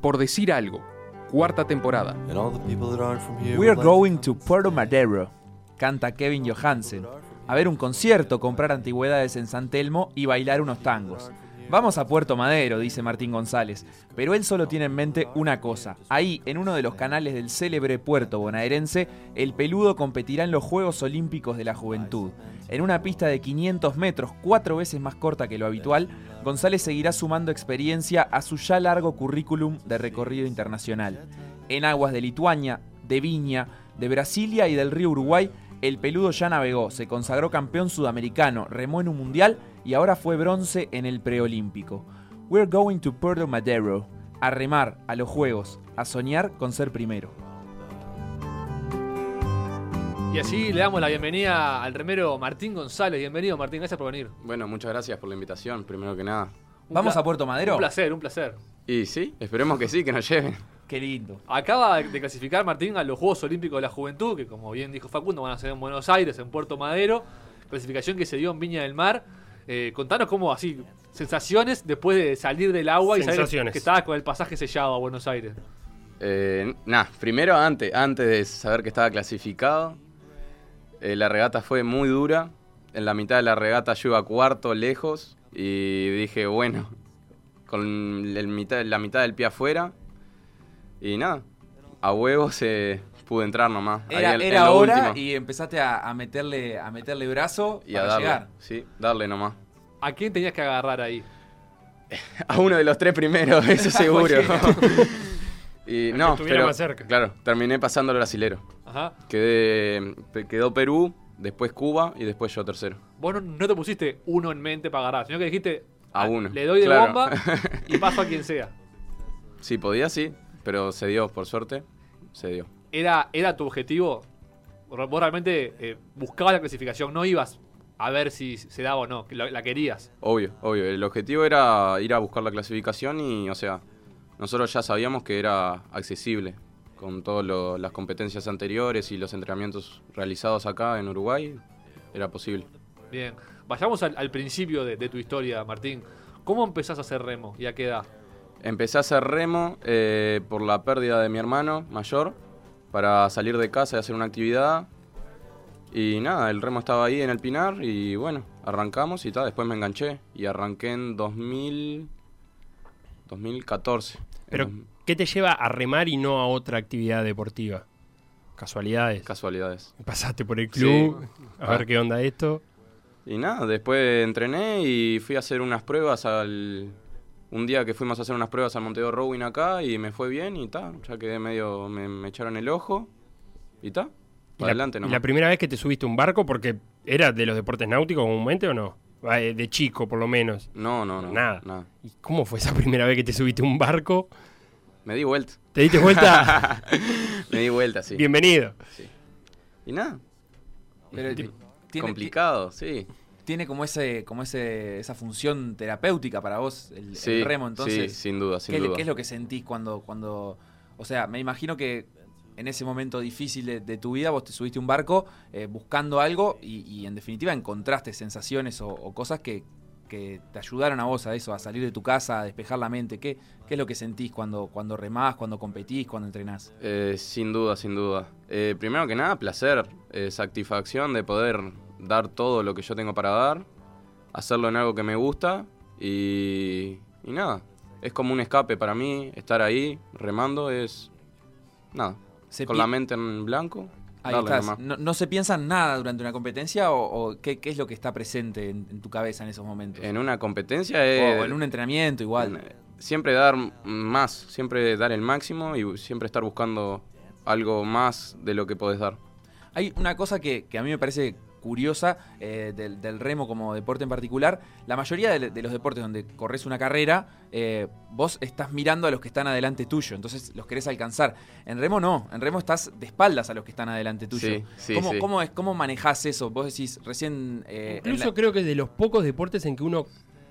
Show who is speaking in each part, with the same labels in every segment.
Speaker 1: Por decir algo, cuarta temporada.
Speaker 2: And all the people that aren't from here.
Speaker 3: We're
Speaker 2: would like-
Speaker 3: going to Puerto Madero, canta Kevin Johansen. A ver un concierto, comprar antigüedades en San Telmo y bailar unos tangos. Vamos a Puerto Madero, dice Martín González, pero él solo tiene en mente una cosa. Ahí, en uno de los canales del célebre puerto bonaerense, el peludo competirá en los Juegos Olímpicos de la Juventud. En una pista de 500 metros, cuatro veces más corta que lo habitual, González seguirá sumando experiencia a su ya largo currículum de recorrido internacional. En aguas de Lituania, de Viña, de Brasilia y del río Uruguay, el peludo ya navegó, se consagró campeón sudamericano, remó en un mundial y ahora fue bronce en el preolímpico. We're going to Puerto Madero, a remar, a los juegos, a soñar con ser primero.
Speaker 4: Y así le damos la bienvenida al remero Martín González. Bienvenido, Martín, gracias por venir.
Speaker 5: Bueno, muchas gracias por la invitación, primero que nada.
Speaker 4: Un
Speaker 3: ¿Vamos
Speaker 4: pla-
Speaker 3: a Puerto Madero?
Speaker 4: Un placer, un placer.
Speaker 5: Y sí, esperemos que sí, que nos lleven.
Speaker 3: Qué lindo.
Speaker 4: Acaba de clasificar Martín a los Juegos Olímpicos de la Juventud, que como bien dijo Facundo, van a ser en Buenos Aires, en Puerto Madero. Clasificación que se dio en Viña del Mar. Eh, contanos cómo, así, sensaciones después de salir del agua y saber
Speaker 6: Sensaciones.
Speaker 4: que estabas con el pasaje sellado a Buenos Aires.
Speaker 5: Eh, Nada, primero antes, antes de saber que estaba clasificado, eh, la regata fue muy dura. En la mitad de la regata yo iba cuarto lejos y dije, bueno, con el mitad- la mitad del pie afuera. Y nada, a huevos eh, pude entrar nomás. Ahí
Speaker 3: Era,
Speaker 5: en- en
Speaker 3: era
Speaker 5: lo
Speaker 3: hora
Speaker 5: último.
Speaker 3: y empezaste a, a meterle, a meterle brazo
Speaker 5: Y a
Speaker 3: para
Speaker 5: darle,
Speaker 3: llegar.
Speaker 5: sí, darle nomás.
Speaker 4: ¿A quién tenías que agarrar ahí?
Speaker 5: A uno de los tres primeros, eso seguro. y
Speaker 6: que
Speaker 5: no,
Speaker 6: estuviera
Speaker 5: pero,
Speaker 6: más cerca.
Speaker 5: claro, terminé pasando al brasilero.
Speaker 4: Ajá.
Speaker 5: Quedé, pe- quedó Perú, después Cuba y después yo tercero.
Speaker 4: Vos no, no te pusiste uno en mente para agarrar, sino que dijiste.
Speaker 5: A
Speaker 4: "Ah,
Speaker 5: uno,
Speaker 4: Le doy de
Speaker 5: claro.
Speaker 4: bomba y paso a quien sea.
Speaker 5: Sí, podía, sí, pero se dio, por suerte, se dio.
Speaker 4: ¿Era, era tu objetivo? Re- Vos realmente eh, buscabas la clasificación, no ibas a ver si se daba o no, que la, la querías.
Speaker 5: Obvio, obvio. El objetivo era ir a buscar la clasificación y, o sea, nosotros ya sabíamos que era accesible con todas las competencias anteriores y los entrenamientos realizados acá en Uruguay, era posible.
Speaker 4: Bien, vayamos al, al principio de, de tu historia, Martín. ¿Cómo empezás a hacer remo y a qué edad?
Speaker 5: Empecé a hacer remo eh, por la pérdida de mi hermano mayor para salir de casa y hacer una actividad. Y nada, el remo estaba ahí en el Pinar y bueno, arrancamos y tal, después me enganché. Y arranqué en 2000, 2014.
Speaker 6: Pero,
Speaker 5: En
Speaker 6: ¿qué te lleva a remar y no a otra actividad deportiva? Casualidades.
Speaker 5: dos- casualidades.
Speaker 6: Pasaste por el club, a
Speaker 5: Ah.
Speaker 6: ver qué onda esto.
Speaker 5: Y nada, después entrené y fui a hacer unas pruebas al... Un día que fuimos a hacer unas pruebas al Monteo Rowing acá y me fue bien y tal, ya quedé medio... Me, me echaron el ojo y tal.
Speaker 6: Y la-
Speaker 5: Adelante
Speaker 6: y
Speaker 5: nomás.
Speaker 6: la primera vez que te subiste a un barco, porque era de los deportes náuticos comúnmente o no? Va, eh, De chico, por lo menos.
Speaker 5: No, no, no.
Speaker 6: Nada. ¿Y cómo fue esa primera vez que te subiste a un barco?
Speaker 5: Me di vuelta.
Speaker 6: ¿Te diste vuelta?
Speaker 5: Me di vuelta, sí.
Speaker 6: Bienvenido.
Speaker 5: Y nada,
Speaker 3: Pero
Speaker 6: Ti-
Speaker 3: tiene-
Speaker 5: complicado, sí.
Speaker 3: tiene como ese, como ese, esa función terapéutica para vos, el, el
Speaker 5: sí.
Speaker 3: remo,
Speaker 5: sí,
Speaker 3: entonces.
Speaker 5: sin duda, sin
Speaker 3: ¿Qué, le-
Speaker 5: duda.
Speaker 3: qué es lo que sentís cuando, cuando. O sea, me imagino que en ese momento difícil de, de tu vida vos te subiste a un barco eh, buscando algo y, y en definitiva encontraste sensaciones o, o cosas que, que te ayudaron a vos a eso, a salir de tu casa, a despejar la mente. ¿Qué, qué es lo que sentís cuando, cuando remás, cuando competís, cuando entrenás?
Speaker 5: Eh, sin duda, sin duda. Eh, primero que nada, placer, eh, satisfacción de poder dar todo lo que yo tengo para dar, hacerlo en algo que me gusta y, y nada. Es como un escape para mí, estar ahí remando es... Nada,
Speaker 3: Se
Speaker 5: con
Speaker 3: pi-
Speaker 5: la mente en blanco.
Speaker 3: Ahí
Speaker 5: darle
Speaker 3: estás. Mm.
Speaker 5: nomás.
Speaker 3: No, no se piensa en nada durante una competencia o, o qué, qué es lo que está presente en, en tu cabeza en esos momentos?
Speaker 5: En una competencia
Speaker 3: o
Speaker 5: es...
Speaker 3: en un entrenamiento igual.
Speaker 5: Eh, Siempre dar m- más, siempre dar el máximo y siempre estar buscando algo más de lo que podés dar.
Speaker 3: Hay una cosa que, que a mí me parece curiosa eh, del, del remo como deporte en particular. La mayoría de, de los deportes donde corres una carrera, eh, vos estás mirando a los que están adelante tuyo, entonces los querés alcanzar. En remo no, en remo estás de espaldas a los que están adelante tuyo.
Speaker 5: Sí, sí,
Speaker 3: ¿Cómo,
Speaker 5: sí.
Speaker 3: cómo es, ¿Cómo manejás eso? Vos decís, recién... eh, en la-
Speaker 6: Incluso creo que es de los pocos deportes en que uno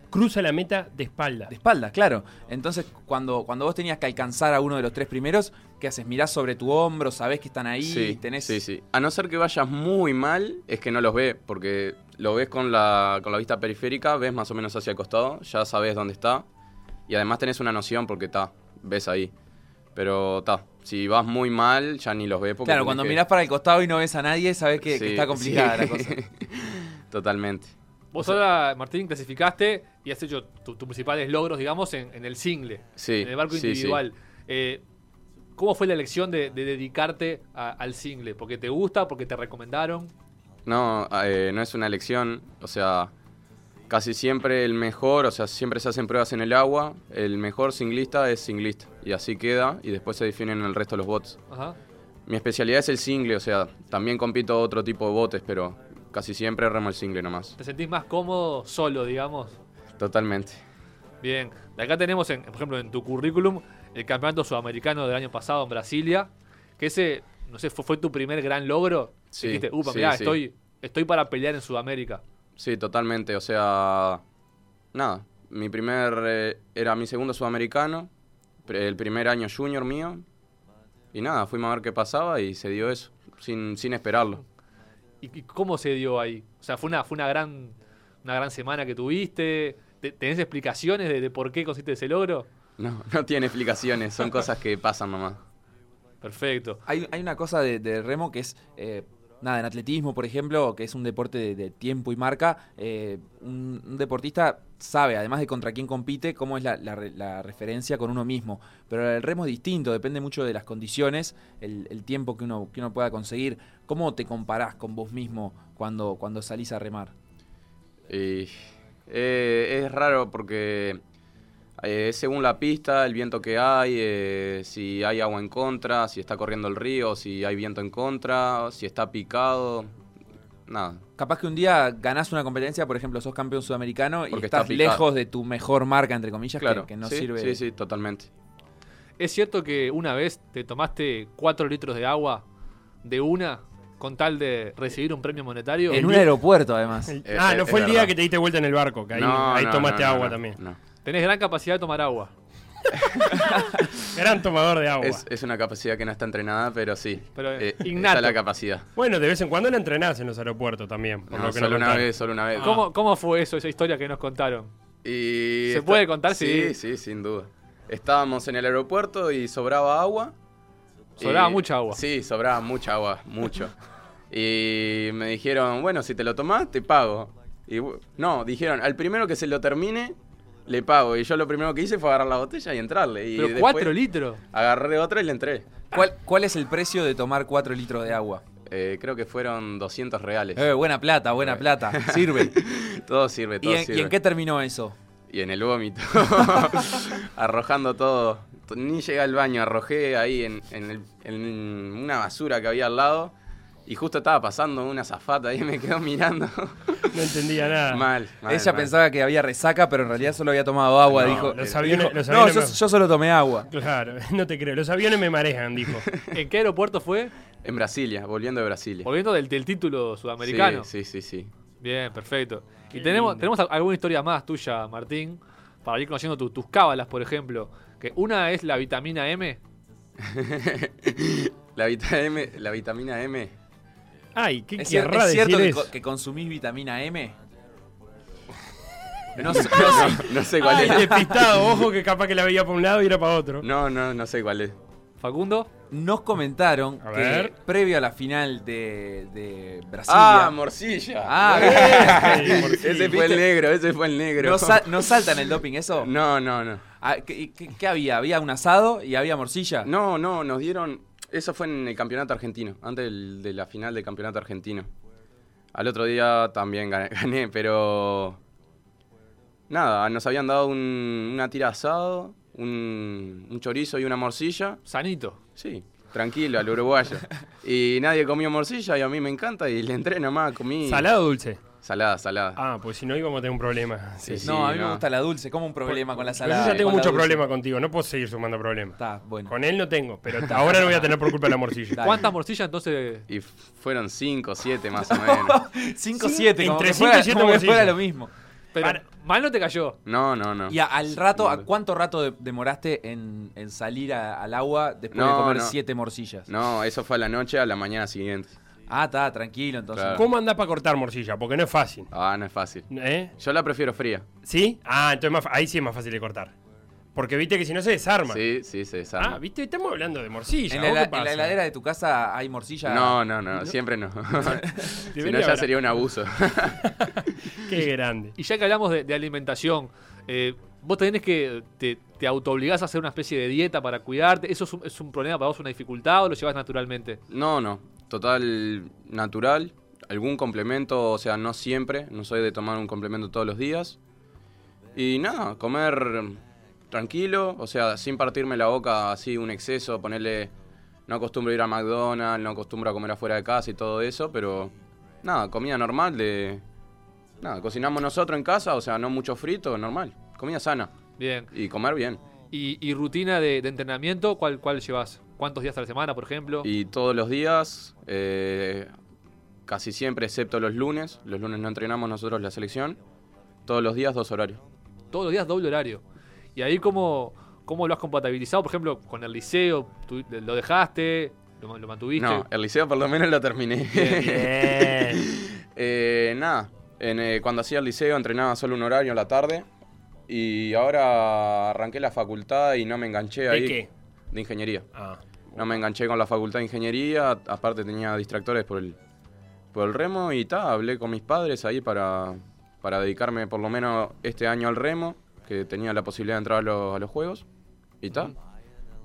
Speaker 6: cruza la meta de espalda.
Speaker 3: De espaldas, claro. Entonces, cuando, cuando vos tenías que alcanzar a uno de los tres primeros, ¿qué haces? Mirás sobre tu hombro, sabés que están ahí,
Speaker 5: sí,
Speaker 3: tenés...
Speaker 5: sí, sí. A no ser que vayas muy mal, es que no los ve, porque lo ves con la, con la vista periférica, ves más o menos hacia el costado, ya sabes dónde está y además tenés una noción porque está, ves ahí. Pero ta, si vas muy mal, ya ni los ves. Porque
Speaker 3: claro,
Speaker 5: tenés
Speaker 3: cuando
Speaker 5: que-
Speaker 3: mirás para el costado y no ves a nadie, sabes que, que
Speaker 5: Sí,
Speaker 3: está complicada
Speaker 5: sí.
Speaker 3: la cosa.
Speaker 5: Totalmente.
Speaker 4: Vos ahora, Martín, clasificaste y has hecho tu- tus principales logros, digamos, en, en el single,
Speaker 5: Sí,
Speaker 4: en el barco
Speaker 5: sí, sí.
Speaker 4: individual. Eh, ¿Cómo fue la elección de, de dedicarte a- al single? ¿Porque te gusta? ¿Porque te recomendaron?
Speaker 5: No, eh, no es una elección. O sea, casi siempre el mejor, o sea, siempre se hacen pruebas en el agua. El mejor singlista es singlista. Y así queda. Y después se definen el resto de los bots.
Speaker 4: Ajá.
Speaker 5: Mi especialidad es el single, o sea, también compito otro tipo de botes, pero casi siempre remo el single nomás.
Speaker 4: ¿Te sentís más cómodo solo, digamos?
Speaker 5: Totalmente.
Speaker 4: Bien, de acá tenemos, en, por ejemplo, en tu currículum, el campeonato sudamericano del año pasado en Brasilia, que ese, no sé, fue, fue tu primer gran logro.
Speaker 5: Sí,
Speaker 4: Dijiste, upa,
Speaker 5: sí,
Speaker 4: mirá,
Speaker 5: sí.
Speaker 4: Estoy, estoy para pelear en Sudamérica.
Speaker 5: Sí, totalmente, o sea, nada. Mi primer, eh, era mi segundo sudamericano, pre- el primer año junior mío. Y nada, fuimos a ver qué pasaba y se dio eso, sin, sin esperarlo.
Speaker 4: ¿Y, y cómo se dio ahí? O sea, fue una, fue una gran una gran semana que tuviste. ¿Te- ¿Tenés explicaciones de, de por qué consiste ese logro?
Speaker 5: No, no tiene explicaciones, son cosas que pasan nomás.
Speaker 4: Perfecto.
Speaker 3: Hay, hay una cosa de, de remo que es, eh, nada, en atletismo, por ejemplo, que es un deporte de, de tiempo y marca, eh, un, un deportista sabe, además de contra quién compite, cómo es la, la re- la referencia con uno mismo. Pero el remo es distinto, depende mucho de las condiciones, el, el tiempo que uno, que uno pueda conseguir. ¿Cómo te comparás con vos mismo cuando, cuando salís a remar?
Speaker 5: Y eh, es raro porque eh, es según la pista, el viento que hay, eh, si hay agua en contra, si está corriendo el río, si hay viento en contra, si está picado. Nada,
Speaker 3: Capaz que un día ganás una competencia, por ejemplo, sos campeón sudamericano y
Speaker 5: Porque está
Speaker 3: estás
Speaker 5: picado.
Speaker 3: lejos de tu mejor marca, entre comillas, que-
Speaker 5: claro.
Speaker 3: que, no
Speaker 5: sí,
Speaker 3: sirve.
Speaker 5: Sí, sí, totalmente.
Speaker 4: ¿Es cierto que una vez te tomaste 4 litros de agua de una con tal de recibir un premio monetario?
Speaker 3: En un aeropuerto, además.
Speaker 6: El-
Speaker 5: Eh,
Speaker 6: ah,
Speaker 5: eh,
Speaker 6: no
Speaker 5: es
Speaker 6: fue el día
Speaker 5: verdad.
Speaker 6: que te diste vuelta en el barco, que ahí,
Speaker 5: No,
Speaker 6: ahí
Speaker 5: no,
Speaker 6: tomaste
Speaker 5: no, no,
Speaker 6: agua
Speaker 5: no,
Speaker 6: también.
Speaker 5: no.
Speaker 4: Tenés gran capacidad de tomar agua.
Speaker 6: Gran tomador de agua.
Speaker 5: Es, es una capacidad que no está entrenada, pero sí. eh,
Speaker 4: Pero,
Speaker 5: está
Speaker 4: innato.
Speaker 5: la capacidad.
Speaker 6: Bueno, de vez en cuando la entrenás en los aeropuertos también. Por
Speaker 5: No,
Speaker 6: lo que
Speaker 5: solo
Speaker 6: nos
Speaker 5: una
Speaker 6: contaron.
Speaker 5: vez, solo una vez.
Speaker 4: ¿Cómo, ¿Cómo fue eso, esa historia que nos contaron?
Speaker 5: Y
Speaker 4: ¿Se
Speaker 5: esta-
Speaker 4: puede contar?
Speaker 5: Sí,
Speaker 4: Sí.
Speaker 5: sí, sin duda. Estábamos en el aeropuerto y sobraba agua.
Speaker 4: Sobraba
Speaker 5: Y-
Speaker 4: mucha agua.
Speaker 5: Eh, Sí, sobraba mucha agua, mucho. y me dijeron, bueno, si te lo tomás, te pago. Y bu- no, dijeron, al primero que se lo termine, le pago. Y yo lo primero que hice fue agarrar la botella y entrarle. Y
Speaker 4: Pero
Speaker 5: después
Speaker 4: 4 litros.
Speaker 5: Agarré otra y le entré.
Speaker 3: ¿Cuál, ¿Cuál es el precio de tomar 4 litros de agua?
Speaker 5: Eh, creo que fueron 200 reales.
Speaker 3: Eh, buena plata, buena plata. Sirve.
Speaker 5: Todo sirve, todo
Speaker 3: ¿Y en,
Speaker 5: sirve. Ah,
Speaker 3: y en qué terminó eso?
Speaker 5: Y en el vómito. Arrojando todo. Ni llegué al baño, arrojé ahí en, en el- en una basura que había al lado. Y justo estaba pasando una zafata y me quedó mirando.
Speaker 6: No entendía nada.
Speaker 5: mal, mal,
Speaker 3: Ah. Ella
Speaker 5: mal.
Speaker 3: pensaba que había resaca, pero en realidad solo había tomado agua.
Speaker 5: No,
Speaker 3: dijo,
Speaker 6: los aviones-
Speaker 3: dijo,
Speaker 6: los
Speaker 3: no,
Speaker 6: aviones
Speaker 3: yo,
Speaker 6: me-
Speaker 3: yo solo tomé agua.
Speaker 6: Claro, no te creo. Los aviones me marejan, dijo.
Speaker 4: ¿En qué aeropuerto fue?
Speaker 5: En Brasilia, volviendo de Brasilia.
Speaker 4: Volviendo del, del título sudamericano.
Speaker 5: Sí, sí, sí, sí.
Speaker 4: Bien, perfecto.
Speaker 6: Qué
Speaker 4: y tenemos,
Speaker 6: lindo.
Speaker 4: tenemos al- alguna historia más tuya, Martín, para ir conociendo tu- tus cábalas, por ejemplo. Que una es la vitamina M.
Speaker 5: La, vita- M- la vitamina M.
Speaker 6: Ay, ¿qué
Speaker 3: ¿Es, cier-
Speaker 6: querrá
Speaker 3: es cierto
Speaker 6: decir
Speaker 3: que,
Speaker 6: eso?
Speaker 3: co- que consumís vitamina M?
Speaker 5: No sé, no sé- no sé cuál
Speaker 6: Ay,
Speaker 5: es.
Speaker 6: despistado. Ojo que capaz que la veía para un lado y era para otro.
Speaker 5: No, no, no sé cuál es.
Speaker 4: Facundo,
Speaker 3: Nos comentaron
Speaker 6: A
Speaker 3: que
Speaker 6: ver.
Speaker 3: previo a la final de, de Brasil.
Speaker 5: ¡Ah, morcilla!
Speaker 3: Ah,
Speaker 6: Ay, por sí.
Speaker 5: ese fue el negro, ese fue el negro.
Speaker 3: ¿no, sal- no saltan el doping eso?
Speaker 5: no, no, no.
Speaker 3: Ah, ¿qué, qué- qué había? ¿Había un asado y había morcilla?
Speaker 5: No, no, nos dieron. Eso fue en el campeonato argentino, antes del- de la final del campeonato argentino. Al otro día también gané, gané, pero. Nada, nos habían dado un- una tira de asado, un, un chorizo y una morcilla.
Speaker 4: sanito.
Speaker 5: Sí, tranquilo, al uruguayo. Y nadie comió morcilla y a mí me encanta y le entré nomás, comí.
Speaker 6: ¿Salado o dulce?
Speaker 5: Salada, salada.
Speaker 6: Ah, pues si no íbamos a tener un problema.
Speaker 5: Sí, sí,
Speaker 3: No, a mí me
Speaker 5: no.
Speaker 3: gusta la dulce. Como un problema con la
Speaker 6: Pero yo
Speaker 3: salada?
Speaker 6: ya tengo
Speaker 3: con la
Speaker 6: mucho
Speaker 3: dulce?
Speaker 6: problema contigo. No puedo seguir sumando problemas.
Speaker 3: Está, bueno.
Speaker 6: Con él no tengo, pero ahora no voy a tener por culpa de la morcilla.
Speaker 3: Dale.
Speaker 4: ¿Cuántas morcillas entonces?
Speaker 5: Y f- fueron cinco, siete más o menos.
Speaker 3: 5-7, como
Speaker 6: Entre
Speaker 3: que
Speaker 6: cinco y
Speaker 3: fuera,
Speaker 6: siete
Speaker 3: como que
Speaker 6: bolsillos.
Speaker 3: fuera lo mismo.
Speaker 4: Pero
Speaker 6: Para-
Speaker 4: mal no te cayó.
Speaker 5: No, no, no.
Speaker 3: Y a- al rato, ¿a
Speaker 5: no.
Speaker 3: cuánto rato de- demoraste en, en salir a- al agua después de
Speaker 5: No,
Speaker 3: comer
Speaker 5: no.
Speaker 3: 7 morcillas?
Speaker 5: No, eso fue a la noche, a la mañana siguiente.
Speaker 3: Ah, está, tranquilo entonces.
Speaker 5: Claro.
Speaker 6: ¿Cómo andás para cortar morcilla? Porque no es fácil.
Speaker 5: Ah, no es fácil.
Speaker 6: ¿Eh?
Speaker 5: Yo la prefiero fría.
Speaker 6: ¿Sí? Ah, entonces más fa- ahí sí es más fácil de cortar. Porque viste que si no se desarma.
Speaker 5: Sí, sí, se desarma.
Speaker 6: Ah, viste, estamos hablando de morcilla.
Speaker 3: En la,
Speaker 6: ¿Vos qué
Speaker 3: hela- en la
Speaker 6: pasa?
Speaker 3: heladera de tu casa hay morcilla.
Speaker 5: no, no, no, siempre no. si no,
Speaker 6: Debería
Speaker 5: ya
Speaker 6: haber-
Speaker 5: sería un abuso.
Speaker 6: Qué grande.
Speaker 4: Y ya que hablamos de, de alimentación, eh, vos tenés que. Te, te autoobligás a hacer una especie de dieta para cuidarte. ¿Eso es un, es un problema para vos, una dificultad o lo llevas naturalmente?
Speaker 5: No, no. Total natural. Algún complemento, o sea, no siempre. No soy de tomar un complemento todos los días. Y nada, comer tranquilo, o sea, sin partirme la boca así un exceso, ponerle... No acostumbro a ir a McDonald's, no acostumbro a comer afuera de casa y todo eso, pero nada, comida normal de... Nada, cocinamos nosotros en casa, o sea, no mucho frito, normal. Comida sana
Speaker 4: Bien.
Speaker 5: y comer bien.
Speaker 4: ¿Y, y rutina de, de entrenamiento? ¿Cuál, ¿Cuál llevas? ¿Cuántos días a la semana, por ejemplo?
Speaker 5: Y todos los días, eh, casi siempre, excepto los lunes. Los lunes no entrenamos nosotros la selección. Todos los días dos horarios.
Speaker 4: Todos los días doble horario. ¿Y ahí cómo, cómo lo has compatibilizado? Por ejemplo, con el liceo, ¿Tú ¿lo dejaste? ¿Lo, lo mantuviste?
Speaker 5: No, eh. el liceo por lo menos lo terminé.
Speaker 6: Bien.
Speaker 5: Eh, nada, en, eh, cuando hacía el liceo entrenaba solo un horario en la tarde. Y ahora arranqué la facultad y no me enganché ahí.
Speaker 6: ¿De qué?
Speaker 5: De ingeniería.
Speaker 6: Ah,
Speaker 5: No me enganché con la facultad de ingeniería, aparte tenía distractores por el, por el remo y ta, hablé con mis padres ahí para, para dedicarme por lo menos este año al remo, que tenía la posibilidad de entrar a, los- a los juegos y ta.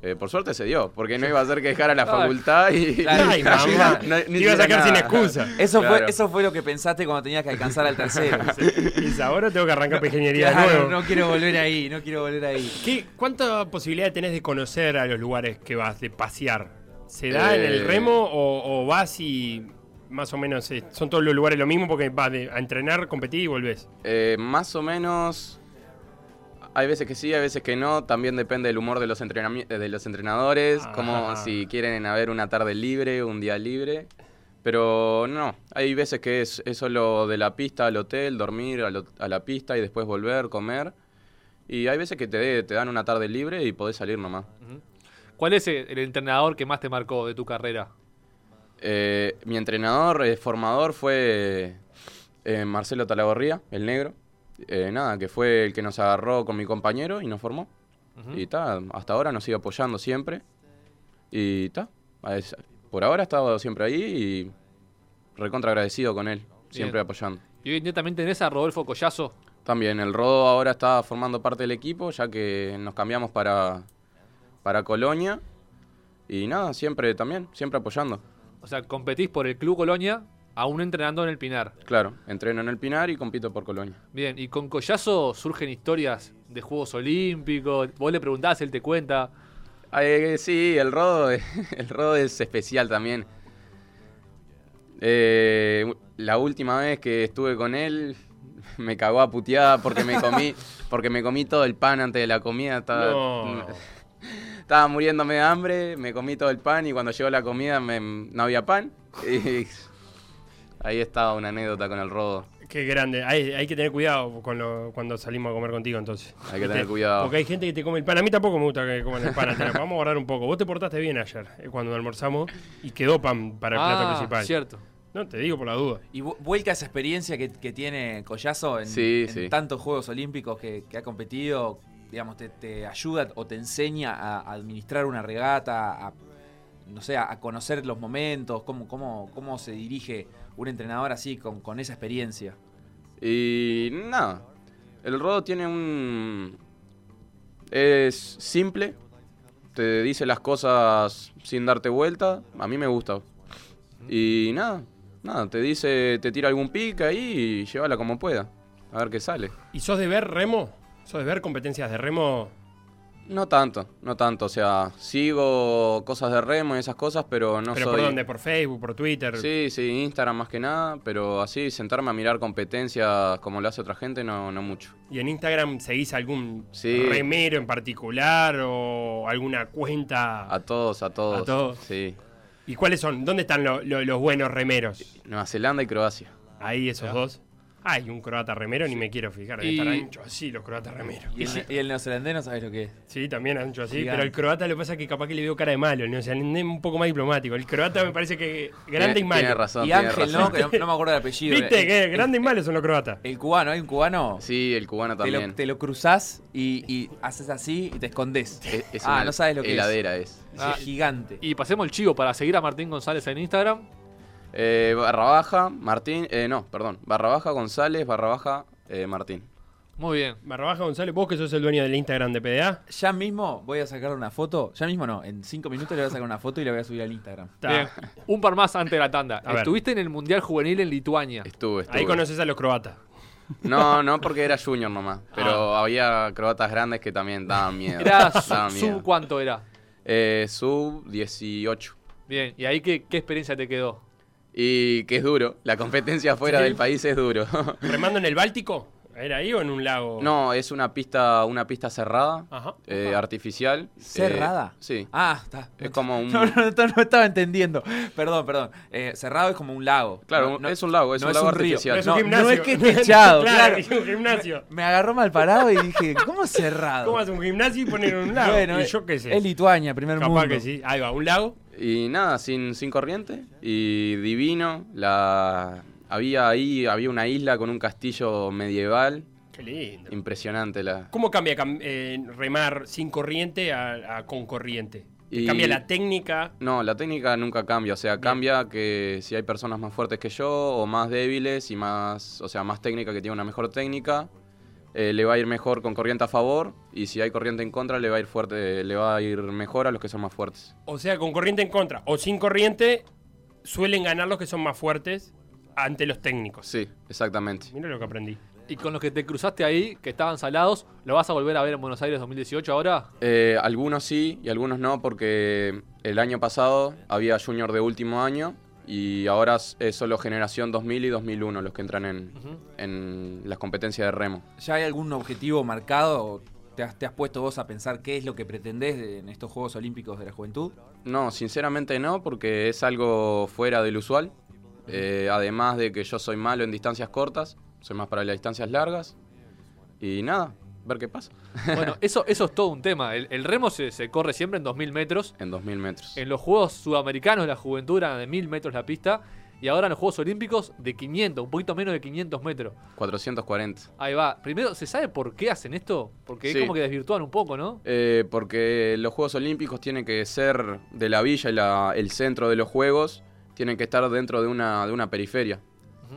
Speaker 5: Eh, por suerte se dio, porque no iba a ser que dejara la
Speaker 4: Ay.
Speaker 5: facultad y...
Speaker 6: Ay, mamá.
Speaker 5: No- no
Speaker 6: Te iba a
Speaker 5: hiciera
Speaker 6: sacar sin
Speaker 5: nada.
Speaker 6: excusa.
Speaker 3: Eso,
Speaker 5: Claro.
Speaker 3: fue, eso fue lo que pensaste cuando tenías que alcanzar al tercero.
Speaker 6: Y ahora tengo que arrancar ingeniería de
Speaker 3: Claro,
Speaker 6: nuevo.
Speaker 3: no quiero volver ahí, no quiero volver ahí.
Speaker 6: ¿Qué, ¿Cuánta posibilidad tenés de conocer a los lugares que vas, de pasear? ¿Se da en el
Speaker 5: Eh.
Speaker 6: remo o, o vas y más o menos eh, son todos los lugares lo mismo porque vas de- a entrenar, competir y volvés?
Speaker 5: Eh, más o menos. Hay veces que sí, hay veces que no. También depende del humor de los, entrenami- de los entrenadores.
Speaker 6: Ah.
Speaker 5: Como si quieren haber una tarde libre, un día libre. Pero no, hay veces que es, es solo de la pista al hotel, dormir al hot- a, la pista y después volver, comer. Y hay veces que te, de- te dan una tarde libre y podés salir nomás.
Speaker 4: ¿Cuál es el, el entrenador que más te marcó de tu carrera?
Speaker 5: Eh, mi entrenador, eh, formador, fue eh, Marcelo Talagorría, el negro. Eh, nada, que fue el que nos agarró con mi compañero y nos formó.
Speaker 4: Ujú.
Speaker 5: Y ta, hasta ahora nos sigue apoyando siempre. Y ta, a es- por ahora ha estado siempre ahí y recontra agradecido con él, siempre
Speaker 4: Bien.
Speaker 5: apoyando.
Speaker 4: Y hoy en día también tenés a Rodolfo Collazo.
Speaker 5: También el Rodo ahora está formando parte del equipo, ya que nos cambiamos para, para Colonia. Y nada, siempre también, siempre apoyando.
Speaker 4: O sea, competís por el Club Colonia, aún entrenando en el Pinar.
Speaker 5: Claro, entreno en el Pinar y compito por Colonia.
Speaker 4: Bien, y con Collazo surgen historias de Juegos Olímpicos. Vos le preguntás, él te cuenta.
Speaker 5: Eh, sí, el rodo, el rodo es especial también. Eh, la última vez que estuve con él me cagó a puteada porque me comí, porque me comí todo el pan antes de la comida. Estaba,
Speaker 6: No.
Speaker 5: estaba muriéndome de hambre, me comí todo el pan y cuando llegó la comida me- no había pan. Y ahí estaba una anécdota con el rodo.
Speaker 6: Qué grande. Hay, hay que tener cuidado con lo- cuando salimos a comer contigo entonces.
Speaker 5: Hay que
Speaker 6: ¿Viste?
Speaker 5: tener cuidado.
Speaker 6: Porque hay gente que te come el pan. A mí tampoco me gusta que coman el pan. Te la- Vamos a borrar un poco. Vos te portaste bien ayer eh, cuando almorzamos y quedó pan para el plato
Speaker 4: Ah,
Speaker 6: principal.
Speaker 4: Cierto.
Speaker 6: No, te digo por la duda.
Speaker 3: Y vu- vuelca esa experiencia que, que tiene Collazo en,
Speaker 5: Sí,
Speaker 3: en
Speaker 5: sí.
Speaker 3: tantos Juegos Olímpicos que, que ha competido, digamos, te, te ayuda o te enseña a administrar una regata, a, no sé, a conocer los momentos, cómo, cómo, cómo se dirige un entrenador así con, con esa experiencia.
Speaker 5: Y nada, el rodo tiene un... Es simple, te dice las cosas sin darte vuelta, a mí me gusta. Y nada, nada, te dice, te tira algún pica ahí y llévala como pueda, a ver qué sale.
Speaker 6: ¿Y sos de ver remo? ¿Sos de ver competencias de remo?
Speaker 5: No tanto, no tanto, o sea, sigo cosas de remo y esas cosas, pero no
Speaker 6: ¿Pero
Speaker 5: soy...
Speaker 6: por dónde? ¿Por Facebook? ¿Por Twitter?
Speaker 5: Sí, sí, Instagram más que nada, pero así sentarme a mirar competencias como lo hace otra gente, no, no mucho.
Speaker 6: ¿Y en Instagram seguís algún
Speaker 5: Sí.
Speaker 6: remero en particular o alguna cuenta?
Speaker 5: A todos, a todos.
Speaker 6: todos.
Speaker 5: Sí.
Speaker 6: ¿Y cuáles son? ¿Dónde están lo- lo- los buenos remeros?
Speaker 5: Nueva Zelanda y Croacia.
Speaker 6: Ahí esos dos. Hay un croata remero, ni me quiero fijar. Deben
Speaker 4: Y-
Speaker 6: estar ancho así los croatas remeros.
Speaker 3: Y, el, y el neozelandés no sabes lo que es.
Speaker 6: Sí, también ancho así.
Speaker 3: Gigante.
Speaker 6: Pero el croata lo que pasa es que capaz que le veo cara de malo. El neozelandés un poco más diplomático. El croata me parece que grande
Speaker 5: Tiene-
Speaker 6: y malo.
Speaker 5: Tiene razón,
Speaker 3: y
Speaker 5: tiene
Speaker 3: Ángel, ¿no?
Speaker 5: razón.
Speaker 3: Que no, no me acuerdo el apellido.
Speaker 6: ¿Viste?
Speaker 3: El-
Speaker 6: que
Speaker 3: el-
Speaker 6: grande y malo son los croatas.
Speaker 3: El cubano, hay un cubano.
Speaker 5: Sí, el cubano
Speaker 3: Te
Speaker 5: también.
Speaker 3: lo, te lo cruzás y, y haces así y te escondés.
Speaker 5: Es, es
Speaker 3: ah,
Speaker 5: una
Speaker 3: no sabes lo que
Speaker 5: heladera es.
Speaker 3: es.
Speaker 4: Ah,
Speaker 3: es gigante.
Speaker 4: Y pasemos el chivo para seguir a Martín González en Instagram.
Speaker 5: Eh, barra baja, Martín. eh, no, perdón. Barra baja González, barra baja eh, Martín.
Speaker 4: Muy bien.
Speaker 6: Barrabaja González, vos que sos el dueño del Instagram de PDA.
Speaker 3: Ya mismo voy a sacar una foto. Ya mismo no, en cinco minutos le voy a sacar una foto y la voy a subir al Instagram.
Speaker 6: Ta,
Speaker 4: Bien. Un par más antes de la tanda.
Speaker 6: A ver.
Speaker 4: Estuviste en el Mundial Juvenil en Lituania.
Speaker 5: Estuve, estuve.
Speaker 6: Ahí conoces a los croatas.
Speaker 5: No, no, porque era junior nomás. Pero
Speaker 3: Ah.
Speaker 5: había croatas grandes que también daban miedo.
Speaker 4: Era su-
Speaker 5: daban miedo.
Speaker 4: sub cuánto era.
Speaker 5: Eh, sub 18.
Speaker 4: Bien. ¿Y ahí qué, qué experiencia te quedó?
Speaker 5: Y que es duro. La competencia fuera del país es duro.
Speaker 6: ¿Remando en el Báltico? ¿Era ahí o en un lago?
Speaker 5: no, es una pista, una pista cerrada,
Speaker 6: Ajá.
Speaker 5: eh, artificial. eh,
Speaker 3: ¿Cerrada?
Speaker 5: sí.
Speaker 3: Ah, está.
Speaker 5: Es como un-
Speaker 3: No, no, no, no estaba entendiendo. Perdón, perdón. Eh, cerrado es como un lago.
Speaker 5: Claro,
Speaker 3: No, no-
Speaker 5: es un lago, es
Speaker 3: no
Speaker 5: un
Speaker 3: es
Speaker 5: lago
Speaker 3: un río.
Speaker 5: artificial.
Speaker 6: Pero es un
Speaker 3: No,
Speaker 6: gimnasio.
Speaker 3: no es que esté echado, claro.
Speaker 6: es un gimnasio.
Speaker 3: Me agarró mal parado y dije, ¿cómo cerrado?
Speaker 6: ¿Cómo hace un gimnasio y poner un lago?
Speaker 3: Bueno,
Speaker 6: y yo qué sé.
Speaker 3: Es Lituania, primer
Speaker 6: Capaz
Speaker 3: mundo.
Speaker 6: que sí. Ahí va, un lago.
Speaker 5: Y nada, sin, sin corriente. Y divino. La... Había ahí, había una isla con un castillo medieval.
Speaker 6: Qué lindo.
Speaker 5: Impresionante la.
Speaker 6: ¿Cómo cambia cam- eh, remar sin corriente a, a con corriente? ¿Te
Speaker 5: Y-
Speaker 6: ¿Cambia la técnica?
Speaker 5: No, la técnica nunca cambia. O sea, cambia que si hay personas más fuertes que yo o más débiles y más. O sea, más técnica que tiene una mejor técnica. eh, le va a ir mejor con corriente a favor. Y si hay corriente en contra, le va a ir fuerte. Le va a ir mejor a los que son más fuertes.
Speaker 6: O sea, con corriente en contra o sin corriente suelen ganar los que son más fuertes ante los técnicos.
Speaker 5: Sí, exactamente.
Speaker 6: Mira lo que aprendí.
Speaker 4: Y con los que te cruzaste ahí, que estaban salados, ¿lo vas a volver a ver en Buenos Aires 2018 ahora?
Speaker 5: Eh, algunos sí y algunos no, porque el año pasado había junior de último año y ahora es es solo generación 2000 y 2001 los que entran en, en las competencias de remo.
Speaker 3: ¿Ya hay algún objetivo marcado? o ¿Te has, te has puesto vos a pensar qué es lo que pretendés de- en estos Juegos Olímpicos de la Juventud?
Speaker 5: No, sinceramente no, porque es algo fuera del usual. Eh, además de que yo soy malo en distancias cortas, soy más para las distancias largas. Y nada, ver qué pasa
Speaker 4: Bueno, eso, eso es todo un tema. El, el remo se, se corre siempre en 2.000 metros.
Speaker 5: en 2000 metros.
Speaker 4: En los Juegos Sudamericanos la juventud era de 1.000 metros la pista. Y ahora en los Juegos Olímpicos de 500, un poquito menos de 500 metros.
Speaker 5: 440.
Speaker 4: Ahí va. Primero, ¿se sabe por qué hacen esto? Porque
Speaker 5: Sí.
Speaker 4: es como que desvirtúan un poco, ¿no?
Speaker 5: Eh, porque los Juegos Olímpicos tienen que ser de la villa y la- el centro de los Juegos, tienen que estar dentro de una, de una periferia.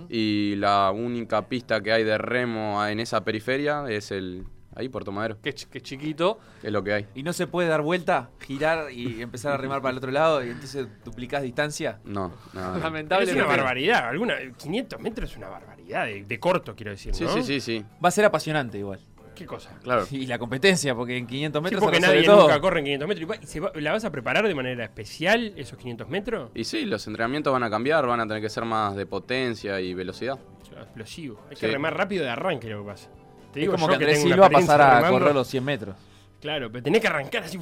Speaker 5: Y la única pista que hay de remo en esa periferia es el. Ahí, Puerto Madero,
Speaker 4: Que, es ch- que es chiquito.
Speaker 5: es lo que hay.
Speaker 3: ¿Y no se puede dar vuelta, girar y empezar a remar para el otro lado y entonces duplicás distancia?
Speaker 5: No, nada. no.
Speaker 6: Pero es
Speaker 4: Lamentablemente.
Speaker 6: una barbaridad. Alguna, 500 metros es una barbaridad de, de corto, quiero decir.
Speaker 5: Sí,
Speaker 6: ¿no?
Speaker 5: sí, sí, sí.
Speaker 3: Va a ser apasionante igual.
Speaker 6: ¿Qué cosa?
Speaker 5: Claro.
Speaker 3: Y la competencia, porque en 500
Speaker 6: Sí,
Speaker 3: metros
Speaker 6: porque
Speaker 3: se resuelve
Speaker 6: nadie
Speaker 3: todo.
Speaker 6: nunca corre en 500 metros. Y va- y se va- ¿La vas a preparar de manera especial esos 500 metros?
Speaker 5: Y sí, los entrenamientos van a cambiar, van a tener que ser más de potencia y velocidad.
Speaker 6: Explosivo. Hay
Speaker 5: Sí.
Speaker 6: que remar rápido de arranque lo que pasa. Te
Speaker 3: Es como
Speaker 6: yo
Speaker 3: que Andrés
Speaker 6: tengo una
Speaker 3: Silva
Speaker 6: experiencia
Speaker 3: pasara a
Speaker 6: remando.
Speaker 3: correr los 100 metros.
Speaker 6: Claro, pero tenés que arrancar así.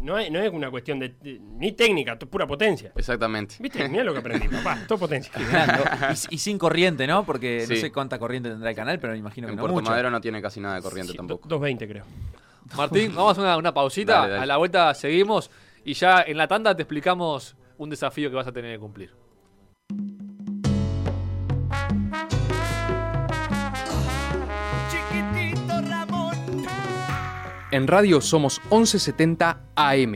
Speaker 6: No es, no es una cuestión de, de- ni técnica, to- pura potencia.
Speaker 5: Exactamente.
Speaker 6: ¿Viste? Mirá lo que aprendí, papá. Todo potencia.
Speaker 3: y, y sin corriente, ¿no? Porque no
Speaker 5: Sí.
Speaker 3: sé cuánta corriente tendrá el canal, pero me imagino que
Speaker 5: En
Speaker 3: no
Speaker 5: Puerto
Speaker 3: mucho.
Speaker 5: Madero no tiene casi nada de corriente
Speaker 6: Sí,
Speaker 5: tampoco.
Speaker 6: do- 2.20 creo.
Speaker 4: Martín, vamos a hacer una, una pausita.
Speaker 5: Dale, dale.
Speaker 4: A la vuelta seguimos. Y ya en la tanda te explicamos un desafío que vas a tener que cumplir.
Speaker 1: En radio somos 1170 AM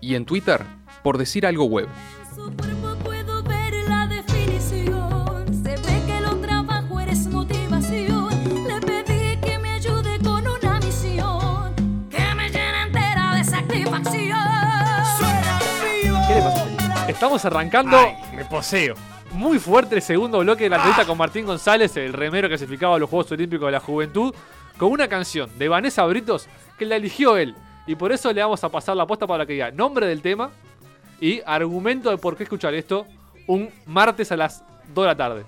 Speaker 1: y en Twitter por decir algo web.
Speaker 2: Su cuerpo puedo ver la definición. Se ve que lo trabajo eres motivación. Le pedí que me ayude con una misión. Que me llene entera de satisfacción.
Speaker 4: Estamos arrancando
Speaker 6: Ay, me poseo.
Speaker 4: muy fuerte el segundo bloque de la entrevista con Martín González, el remero clasificado a los Juegos Olímpicos de la Juventud, con una canción de Vanessa Britos que la eligió él. Y por eso le vamos a pasar la apuesta para que diga nombre del tema y argumento de por qué escuchar esto un martes a las 2 de la tarde.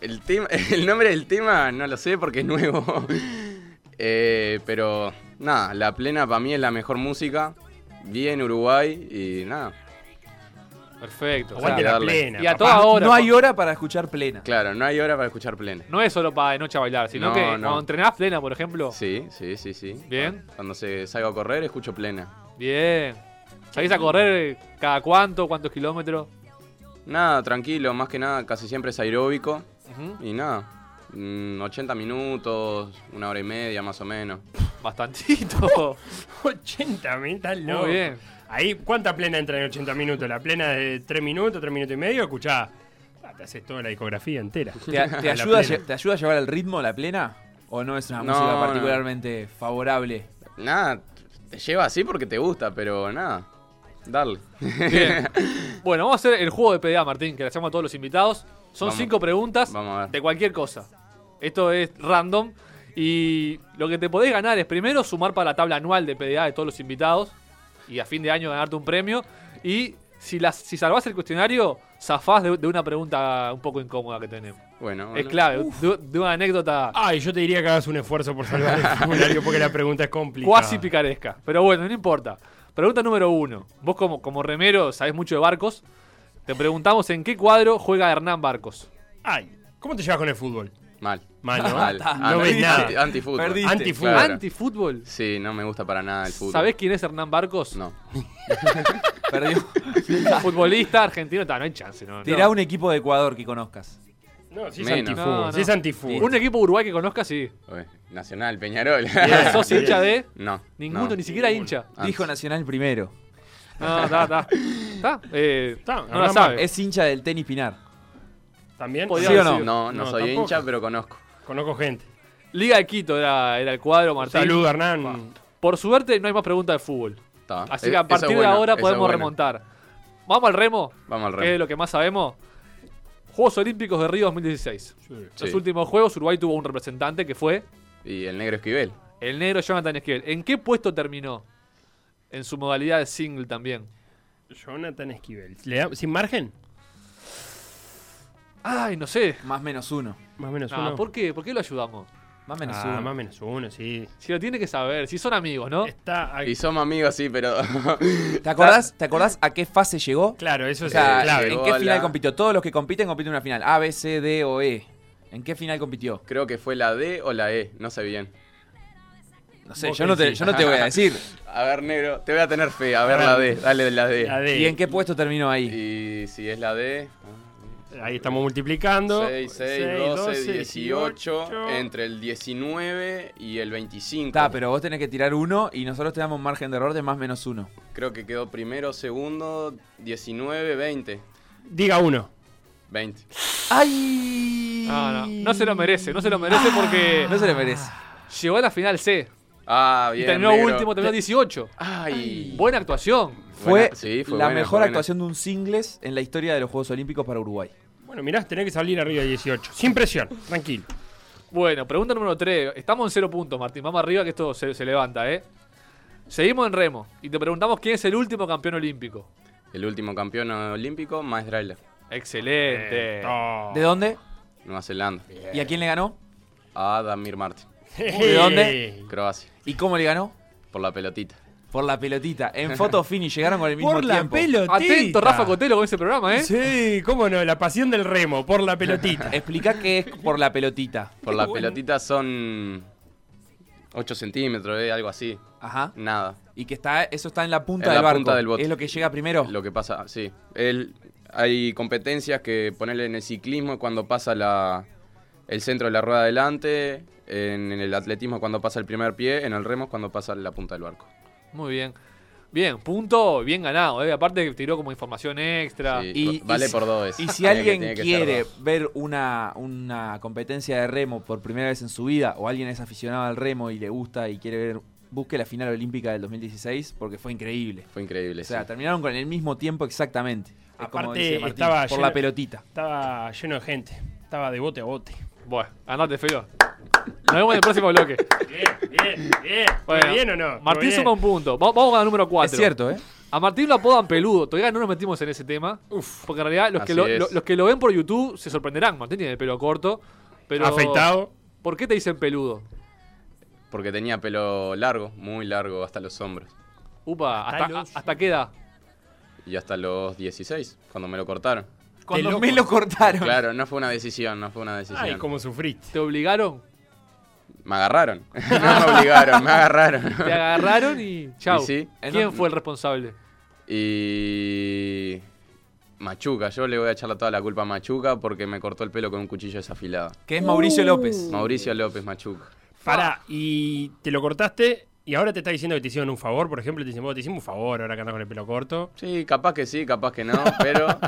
Speaker 5: El, tema- el nombre del tema no lo sé porque es nuevo. Eh, pero nada, La Plena para mí es la mejor música. Vi en Uruguay y nada.
Speaker 4: Perfecto.
Speaker 6: Aguante
Speaker 4: O sea,
Speaker 6: la
Speaker 5: darle.
Speaker 6: plena.
Speaker 4: y a
Speaker 6: papá.
Speaker 4: toda hora.
Speaker 3: no hay hora para escuchar plena.
Speaker 5: Claro, no hay hora para escuchar plena.
Speaker 4: No es solo para de noche a bailar, sino
Speaker 5: No,
Speaker 4: que
Speaker 5: no.
Speaker 4: cuando entrenás plena, por ejemplo.
Speaker 5: Sí, sí, sí, sí.
Speaker 4: Bien.
Speaker 5: Cuando se salgo a correr, escucho plena.
Speaker 4: Bien. ¿Salís a correr cada cuánto? ¿Cuántos kilómetros?
Speaker 5: Nada, tranquilo, más que nada, casi siempre es aeróbico.
Speaker 4: Ujú,
Speaker 5: Y nada, mm, 80 minutos, una hora y media más o menos.
Speaker 4: Bastantito.
Speaker 6: 80 minutos, estás loco.
Speaker 4: Muy bien.
Speaker 6: Ahí, ¿cuánta plena entra en 80 minutos? ¿La plena de 3 minutos, 3 minutos y medio? Escuchá, ah, te haces toda la icografía entera.
Speaker 3: ¿Te, a- te
Speaker 6: A la
Speaker 3: ayuda a
Speaker 6: plena.
Speaker 3: lle- ¿Te ayuda a llevar el ritmo la plena? ¿O no es una
Speaker 5: No,
Speaker 3: música
Speaker 5: no.
Speaker 3: particularmente favorable?
Speaker 5: Nada, te lleva así porque te gusta, pero nada, dale.
Speaker 4: Bien. Bueno, vamos a hacer el juego de PDA, Martín, que le hacemos a todos los invitados. Son
Speaker 5: Vamos.
Speaker 4: cinco preguntas
Speaker 5: Vamos a ver.
Speaker 4: de cualquier cosa. Esto es random. Y lo que te podés ganar es primero sumar para la tabla anual de PDA de todos los invitados. Y a fin de año ganarte un premio. Y si, las, si salvás el cuestionario, zafás de, de una pregunta un poco incómoda que tenemos.
Speaker 5: Bueno,
Speaker 4: Es
Speaker 5: bueno.
Speaker 4: clave, de, de una anécdota
Speaker 6: Ay, yo te diría que hagas un esfuerzo por salvar el formulario porque la pregunta es complicada.
Speaker 4: cuasi picaresca. Pero bueno, no importa. Pregunta número uno. Vos como, como remero sabés mucho de barcos. Te preguntamos en qué cuadro juega Hernán Barcos.
Speaker 6: Ay, ¿cómo te llevas con el fútbol?
Speaker 5: Mal.
Speaker 6: Mal, ¿no?
Speaker 5: Mal.
Speaker 6: No ves
Speaker 5: Anti-
Speaker 6: nada.
Speaker 5: anti- Antifútbol.
Speaker 3: Perdí.
Speaker 6: Antifútbol.
Speaker 5: Claro.
Speaker 4: Antifútbol.
Speaker 5: Sí, no me gusta para nada el fútbol.
Speaker 4: ¿Sabés quién es Hernán Barcos?
Speaker 5: No.
Speaker 3: Perdió.
Speaker 4: Un futbolista argentino. Ta, no hay chance, ¿no? no.
Speaker 3: Tirá un equipo de Ecuador que conozcas.
Speaker 6: No, sí es
Speaker 5: Menos.
Speaker 6: antifútbol.
Speaker 4: No, no.
Speaker 6: Sí es antifútbol.
Speaker 4: Un equipo uruguay que conozca, sí.
Speaker 5: Oye, Nacional, Peñarol.
Speaker 6: Bien.
Speaker 4: ¿Sos
Speaker 6: Bien.
Speaker 4: hincha de?
Speaker 5: no.
Speaker 4: Ninguno,
Speaker 5: no.
Speaker 4: ni siquiera hincha.
Speaker 6: Ah,
Speaker 5: Antes.
Speaker 3: Dijo Nacional primero.
Speaker 4: No, está, está. ¿Está? Eh,
Speaker 6: Está,
Speaker 4: no la
Speaker 6: Hernán
Speaker 4: sabe.
Speaker 3: Es hincha del tenis Pinar.
Speaker 6: ¿También?
Speaker 4: Podía
Speaker 3: ¿Sí o no?
Speaker 4: decir.
Speaker 5: No, no,
Speaker 6: No,
Speaker 5: soy
Speaker 6: tampoco.
Speaker 5: hincha, pero conozco.
Speaker 6: Conozco gente.
Speaker 4: Liga de Quito era, era el cuadro, Martín.
Speaker 6: Salud, Hernán.
Speaker 4: Por suerte, no hay más preguntas de fútbol.
Speaker 5: Está.
Speaker 4: Así
Speaker 5: Eh,
Speaker 4: que a
Speaker 5: esa
Speaker 4: partir
Speaker 5: es
Speaker 4: de
Speaker 5: buena,
Speaker 4: ahora
Speaker 5: esa es
Speaker 4: podemos
Speaker 5: buena.
Speaker 4: remontar. Eh, Vamos al remo,
Speaker 5: Vamos al
Speaker 4: que es
Speaker 5: remo.
Speaker 4: lo que más sabemos. Juegos Olímpicos de Río 2016. Los
Speaker 5: Sí.
Speaker 4: últimos juegos, Uruguay tuvo un representante que fue
Speaker 5: Y el negro Esquivel.
Speaker 4: el negro Jonathan Esquivel. ¿En qué puesto terminó? En su modalidad de single también.
Speaker 6: Jonathan Esquivel. ¿Le da- ¿Sin margen?
Speaker 4: Ay, no sé.
Speaker 3: Más menos uno.
Speaker 6: Más o menos
Speaker 4: Ah,
Speaker 6: uno.
Speaker 4: ¿Por qué? ¿Por qué lo ayudamos?
Speaker 3: Más menos
Speaker 6: Ah,
Speaker 3: uno.
Speaker 6: más o menos uno, sí.
Speaker 4: Si lo tiene que saber, si son amigos, ¿no?
Speaker 6: Está
Speaker 5: Y
Speaker 6: ahí.
Speaker 5: somos amigos, sí, pero.
Speaker 3: ¿Te acordás, ¿Te acordás a qué fase llegó?
Speaker 6: Claro, eso
Speaker 3: O
Speaker 6: es
Speaker 3: sea,
Speaker 6: clave.
Speaker 3: ¿en
Speaker 5: llegó
Speaker 3: qué
Speaker 5: a
Speaker 3: final
Speaker 5: la-
Speaker 3: compitió? Todos los que compiten compiten en una final. A, B, C, D o E. ¿En qué final compitió?
Speaker 5: Creo que fue la D o la E, no sé bien.
Speaker 3: No sé,
Speaker 6: Vos
Speaker 3: yo no, te,
Speaker 6: decís.
Speaker 3: yo no te voy a decir.
Speaker 5: A ver, negro, te voy a tener fe. A ver, la D, dale de la D.
Speaker 6: La D.
Speaker 3: ¿Y en qué puesto terminó ahí?
Speaker 5: Y si es la D.
Speaker 6: Ahí estamos multiplicando.
Speaker 5: 6, 6,
Speaker 6: Seis,
Speaker 5: 12,
Speaker 6: doce,
Speaker 5: 18.
Speaker 6: dieciocho.
Speaker 5: Entre el 19 y el 25.
Speaker 3: Está, pero vos tenés que tirar uno y nosotros te damos un margen de error de más menos uno.
Speaker 5: Creo que quedó primero, segundo, 19, 20.
Speaker 6: Diga uno.
Speaker 5: 20.
Speaker 3: ¡Ay!
Speaker 4: No, no, no se lo merece, no se lo merece porque
Speaker 3: No se le merece.
Speaker 4: llegó a la final C.
Speaker 5: Ah,
Speaker 4: Y
Speaker 5: bien.
Speaker 4: terminó
Speaker 5: negro.
Speaker 4: último, terminó 18.
Speaker 5: Ay.
Speaker 4: Buena actuación.
Speaker 3: Fue,
Speaker 5: Buena- sí, fue
Speaker 3: la
Speaker 5: buena,
Speaker 3: mejor
Speaker 5: fue buena.
Speaker 3: actuación de un singles en la historia de los Juegos Olímpicos para Uruguay.
Speaker 6: Bueno, mirá, tenés que salir arriba de 18. Sin presión, tranquilo.
Speaker 4: Bueno, pregunta número 3. Estamos en cero puntos, Martín. Vamos arriba que esto se, se levanta, ¿eh? Seguimos en remo y te preguntamos quién es el último campeón olímpico.
Speaker 5: El último campeón olímpico, Maestrala,
Speaker 4: Excelente.
Speaker 6: Oh.
Speaker 3: ¿De dónde?
Speaker 5: Nueva Zelanda.
Speaker 3: ¿Y a quién le ganó?
Speaker 5: A Damir Martin,
Speaker 6: eh,
Speaker 3: ¿De dónde?
Speaker 5: Croacia.
Speaker 3: ¿Y cómo le ganó?
Speaker 5: Por la pelotita.
Speaker 3: Por la pelotita. En foto finish llegaron con el mismo
Speaker 6: Por la
Speaker 3: tiempo.
Speaker 6: pelotita.
Speaker 4: Atento, Rafa Cotelo, con ese programa, ¿eh?
Speaker 6: Sí, cómo no, la pasión del remo, por la pelotita.
Speaker 3: Explica qué es por la pelotita.
Speaker 5: Por la pelotita son 8 centímetros, eh, algo así.
Speaker 3: Ajá.
Speaker 5: Nada.
Speaker 3: Y que está, eso está en la punta
Speaker 5: En la
Speaker 3: del barco.
Speaker 5: punta del bote.
Speaker 3: Es lo que llega primero.
Speaker 5: Lo que pasa, ah, sí. El- hay competencias que ponerle en el ciclismo cuando pasa la, el centro de la rueda adelante, en, en el atletismo cuando pasa el primer pie, en el remo cuando pasa la punta del barco.
Speaker 4: Muy bien. Bien, punto, bien ganado, ¿eh? Aparte que tiró como información extra.
Speaker 5: Sí,
Speaker 3: Ah, Y-
Speaker 5: vale
Speaker 3: y si-
Speaker 5: por dos. es.
Speaker 3: Y si
Speaker 5: Tiene que-
Speaker 3: alguien
Speaker 5: tiene que ser
Speaker 3: quiere
Speaker 5: dos.
Speaker 3: ver una, una competencia de remo por primera vez en su vida, o alguien es aficionado al remo y le gusta y quiere ver, busque la final olímpica del 2016 porque fue increíble.
Speaker 5: Fue increíble.
Speaker 3: O sea,
Speaker 5: sí.
Speaker 3: terminaron con el mismo tiempo exactamente. Es como
Speaker 6: Aparte,
Speaker 3: dice Martín,
Speaker 6: estaba
Speaker 3: por
Speaker 6: lleno-
Speaker 3: la pelotita.
Speaker 6: Estaba lleno de gente, estaba de bote a bote.
Speaker 4: Bueno, andate, Felo. Nos vemos en el próximo bloque.
Speaker 6: Bien, bien, bien.
Speaker 4: Bueno,
Speaker 6: ¿Bien o no?
Speaker 4: Martín
Speaker 6: Bien.
Speaker 4: suma un punto. Va- Vamos con la número 4.
Speaker 3: Es cierto, ¿eh?
Speaker 4: A Martín lo apodan peludo. Todavía no nos metimos en ese tema. Porque en realidad los que
Speaker 5: Así
Speaker 4: lo,
Speaker 5: es.
Speaker 4: lo- los que lo ven por YouTube se sorprenderán. Martín tiene el pelo corto. Pero
Speaker 6: Afeitado.
Speaker 4: ¿Por qué te dicen peludo?
Speaker 5: Porque tenía pelo largo, muy largo, hasta los hombros.
Speaker 4: Upa,
Speaker 6: Hasta
Speaker 4: ¿hasta,
Speaker 6: los-
Speaker 4: hasta qué edad?
Speaker 5: y hasta los 16, cuando me lo cortaron.
Speaker 3: Cuando
Speaker 6: loco.
Speaker 3: me lo cortaron.
Speaker 5: Claro, no fue una decisión, no fue una decisión.
Speaker 6: Ay, cómo sufriste.
Speaker 4: ¿Te obligaron?
Speaker 5: Me agarraron. No me obligaron, me
Speaker 4: Te
Speaker 5: agarraron.
Speaker 4: agarraron y chau.
Speaker 5: Y sí.
Speaker 4: ¿Quién fue el responsable?
Speaker 5: Y. Machuca, yo le voy a echarle toda la culpa a Machuca porque me cortó el pelo con un cuchillo desafilado.
Speaker 3: Que es Mauricio López.
Speaker 5: Mauricio López Machuca.
Speaker 6: Pará, y te lo cortaste y ahora te está diciendo que te hicieron un favor, por ejemplo, te dicen, vos te hicimos un favor ahora que andás con el pelo corto,
Speaker 5: Sí, capaz que sí, capaz que no, pero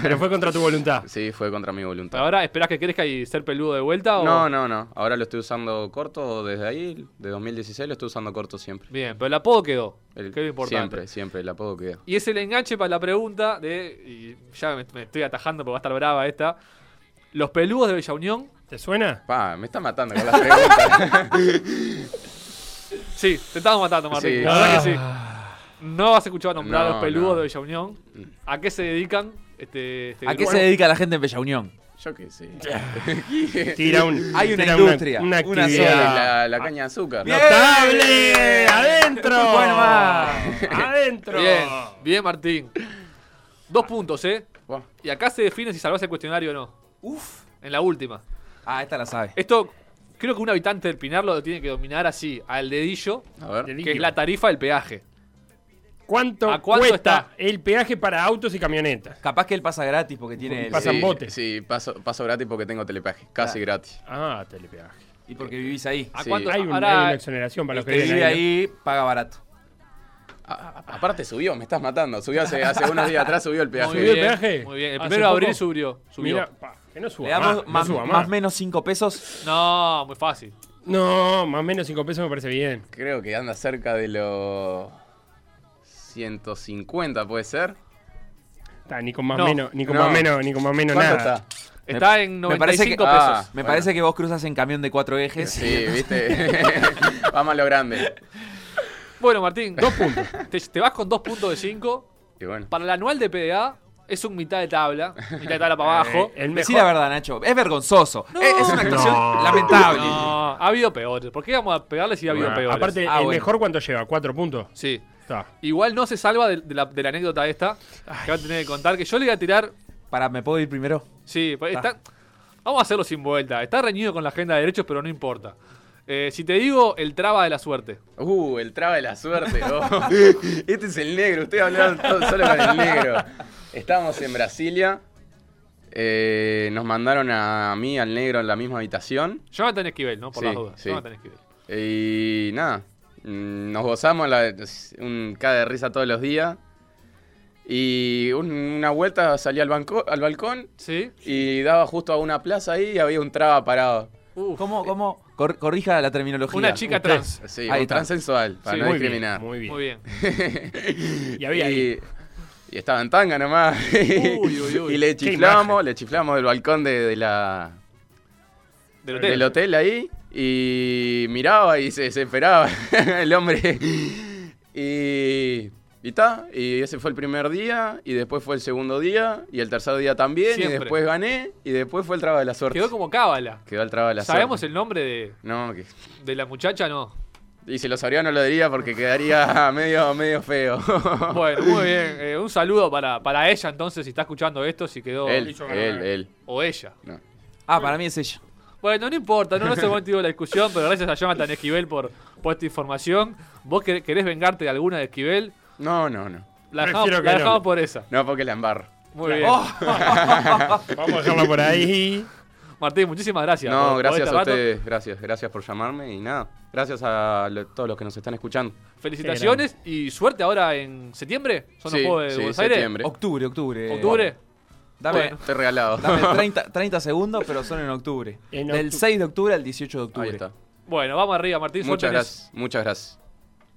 Speaker 6: pero fue contra tu voluntad.
Speaker 5: sí, fue contra mi voluntad.
Speaker 4: ¿Ahora esperás que crezca y ser peludo de vuelta? O...
Speaker 5: No, no, no. Ahora lo estoy usando corto desde ahí, de 2016 lo estoy usando corto siempre.
Speaker 4: Bien, pero el apodo quedó.
Speaker 5: El-
Speaker 4: que es lo importante.
Speaker 5: Siempre, siempre, el apodo queda.
Speaker 4: Y es el enganche para la pregunta de. Y ya me, me estoy atajando porque va a estar brava esta. Los peludos de Bella Unión.
Speaker 6: ¿Te suena?
Speaker 5: Pa, me está matando con las preguntas.
Speaker 4: Sí, te estamos matando, Martín.
Speaker 5: Sí. Ah.
Speaker 4: La verdad que sí. No vas a escuchar nombrar a
Speaker 5: No,
Speaker 4: los peludos
Speaker 5: no.
Speaker 4: de Bella Unión. ¿A qué se dedican? Este, este
Speaker 3: ¿A qué
Speaker 4: grupo?
Speaker 3: se dedica la gente en Bella Unión?
Speaker 5: Yo qué sé.
Speaker 6: Tira un,
Speaker 3: Hay una
Speaker 6: tira
Speaker 3: industria,
Speaker 6: una,
Speaker 3: una
Speaker 5: Sí,
Speaker 6: actividad.
Speaker 5: la, la caña de azúcar.
Speaker 3: Bien.
Speaker 6: ¡Notable! ¡Adentro!
Speaker 3: Bueno, va.
Speaker 6: ¡Adentro!
Speaker 4: Bien, bien, Martín. Dos puntos, ¿eh?
Speaker 5: Buah.
Speaker 4: Y acá se define si salvás el cuestionario o no.
Speaker 3: Uf.
Speaker 4: En la última.
Speaker 3: Ah, esta la sabe.
Speaker 4: Esto, creo que un habitante del Pinar lo tiene que dominar así, al dedillo,
Speaker 5: A ver.
Speaker 4: que es la tarifa del peaje.
Speaker 6: ¿Cuánto,
Speaker 4: ¿A cuánto
Speaker 6: cuesta
Speaker 4: está?
Speaker 6: el peaje para autos y camionetas?
Speaker 3: Capaz que él pasa gratis porque tiene. el-
Speaker 6: Pasa- Pasan
Speaker 5: sí,
Speaker 6: botes.
Speaker 5: Sí, paso, paso gratis porque tengo telepaje. Casi gratis.
Speaker 6: Ah, telepeaje.
Speaker 3: Y porque vivís ahí.
Speaker 4: ¿A
Speaker 5: Sí.
Speaker 4: cuánto?
Speaker 6: Hay, un- hay
Speaker 4: Ahora,
Speaker 6: una exoneración para
Speaker 3: El
Speaker 6: los
Speaker 3: que
Speaker 6: que viven
Speaker 3: este vive
Speaker 6: ahí.
Speaker 3: ahí paga barato.
Speaker 5: A- a- aparte subió, me estás matando. Subió hace, hace unos días atrás, subió el
Speaker 4: muy
Speaker 5: peaje.
Speaker 6: ¿Subió el
Speaker 4: bien,
Speaker 6: peaje?
Speaker 4: Muy bien. El
Speaker 6: Hace
Speaker 4: primero de abril
Speaker 6: poco.
Speaker 4: subió. subió.
Speaker 6: Mira, pa, que no suba
Speaker 3: Le damos
Speaker 6: más,
Speaker 3: más,
Speaker 6: no suba
Speaker 3: más
Speaker 6: más.
Speaker 3: menos 5 pesos.
Speaker 4: No, muy fácil.
Speaker 6: No, más o menos 5 pesos me parece bien.
Speaker 5: Creo que anda cerca de los 150, puede ser.
Speaker 6: Está, ni con más
Speaker 4: No,
Speaker 6: menos, ni con
Speaker 5: no.
Speaker 6: más menos, ni con más menos
Speaker 5: ¿Cuánto
Speaker 6: nada.
Speaker 5: está?
Speaker 4: Está en
Speaker 3: me parece
Speaker 4: 95
Speaker 3: que-
Speaker 4: pesos.
Speaker 5: ah.
Speaker 3: Me
Speaker 5: Bueno.
Speaker 3: parece que vos cruzas en camión de cuatro ejes.
Speaker 5: Sí, viste. Vamos a lo grande.
Speaker 4: Bueno, Martín, dos puntos. Te, te vas con dos puntos de cinco.
Speaker 5: Y bueno.
Speaker 4: Para el anual de PDA es un mitad de tabla. Mitad de tabla para abajo.
Speaker 6: Eh, el
Speaker 3: Decí
Speaker 6: mejor.
Speaker 3: la verdad, Nacho. Es vergonzoso. Es, es una actuación lamentable.
Speaker 4: No, ha habido peores. ¿Por qué vamos a pegarle si ha habido
Speaker 6: Ah,
Speaker 4: peores?
Speaker 6: Aparte,
Speaker 3: Ah,
Speaker 6: el
Speaker 3: bueno.
Speaker 6: mejor cuánto lleva, 4 puntos.
Speaker 4: Sí.
Speaker 6: Está.
Speaker 4: Igual no se salva de, de la, de la anécdota esta. Que va a tener que contar. Que yo le voy a tirar.
Speaker 3: Para, ¿me puedo ir primero?
Speaker 4: Sí, pues está. Vamos a hacerlo sin vuelta. Está reñido con la agenda de derechos, pero no importa. Eh, si te digo el traba de la suerte.
Speaker 5: Uh, el traba de la suerte. oh. Este es el negro, ustedes hablaron to- solo con el negro. Estábamos en Brasilia. eh, nos mandaron a mí, al negro, en la misma habitación.
Speaker 4: Jonathan Esquivel, ¿no? Por
Speaker 5: Sí,
Speaker 4: las dudas.
Speaker 5: sí.
Speaker 4: Jonathan Esquivel.
Speaker 5: Y nada, mm, nos gozamos la, un cara de risa todos los días. Y un- una vuelta salí al, banco, al balcón
Speaker 4: Sí.
Speaker 5: y daba justo a una plaza ahí y había un traba parado.
Speaker 4: Uf.
Speaker 3: ¿Cómo, cómo? Cor- corrija la terminología.
Speaker 4: Una chica
Speaker 6: Usted.
Speaker 4: trans.
Speaker 5: Sí,
Speaker 3: Ahí
Speaker 5: un
Speaker 3: está.
Speaker 5: transexual, para
Speaker 4: Sí,
Speaker 5: no
Speaker 6: muy
Speaker 5: discriminar.
Speaker 6: bien, muy bien.
Speaker 4: Muy bien.
Speaker 6: Y había ahí.
Speaker 5: y estaba en tanga nomás.
Speaker 4: Uy, uy, uy.
Speaker 5: y le
Speaker 6: Qué
Speaker 5: chiflamos,
Speaker 6: imagen.
Speaker 5: le chiflamos del balcón de, de la,
Speaker 4: Del hotel.
Speaker 5: del hotel ahí. Y miraba y se desesperaba el hombre. Y. Y está, y ese fue el primer día, y después fue el segundo día, y el tercer día también,
Speaker 4: Siempre.
Speaker 5: y después gané, y después fue el traba de la suerte.
Speaker 4: Quedó como cábala.
Speaker 5: Quedó el traba de la
Speaker 4: ¿Sabemos
Speaker 5: suerte.
Speaker 4: el nombre de,
Speaker 5: No, que-
Speaker 4: de la muchacha? No.
Speaker 5: y si lo sabría no lo diría porque quedaría medio, medio feo.
Speaker 4: Bueno, muy bien. Eh, un saludo para, para ella entonces, si está escuchando esto, si quedó...
Speaker 5: él,
Speaker 6: Hizo ganar.
Speaker 5: él, él.
Speaker 4: O ella.
Speaker 5: No.
Speaker 3: Ah, para mí es ella.
Speaker 4: Bueno, no importa, no, no es el motivo de la discusión, pero gracias a Jonathan Esquivel por, por esta información. ¿Vos quer- querés vengarte de alguna de Esquivel?
Speaker 5: No, no, no.
Speaker 4: La dejamos,
Speaker 6: Prefiero que
Speaker 4: la
Speaker 6: no.
Speaker 4: dejamos por esa.
Speaker 5: No, porque la embarro.
Speaker 4: Muy bien.
Speaker 5: Oh.
Speaker 6: Vamos a dejarla por ahí.
Speaker 4: Martín, muchísimas gracias. por-
Speaker 5: No,
Speaker 4: por
Speaker 5: gracias
Speaker 4: este
Speaker 5: a
Speaker 4: rato.
Speaker 5: ustedes, gracias, gracias por llamarme y nada. Gracias a lo- todos los que nos están escuchando.
Speaker 4: Felicitaciones y suerte ahora en septiembre. Son los
Speaker 5: Sí,
Speaker 4: Juegos de
Speaker 5: sí,
Speaker 4: Buenos
Speaker 5: septiembre.
Speaker 3: Octubre, octubre.
Speaker 4: Aires. ¿Octubre?
Speaker 3: Dame,
Speaker 4: Bueno.
Speaker 5: Estoy regalado.
Speaker 3: dame 30, 30 segundos, pero son en octubre.
Speaker 6: En
Speaker 3: Del
Speaker 6: octu-
Speaker 3: 6 de octubre al 18 de octubre.
Speaker 5: Ahí está.
Speaker 4: Bueno, vamos arriba, Martín. suerte
Speaker 5: Muchas
Speaker 4: en eso.
Speaker 5: gracias, muchas gracias.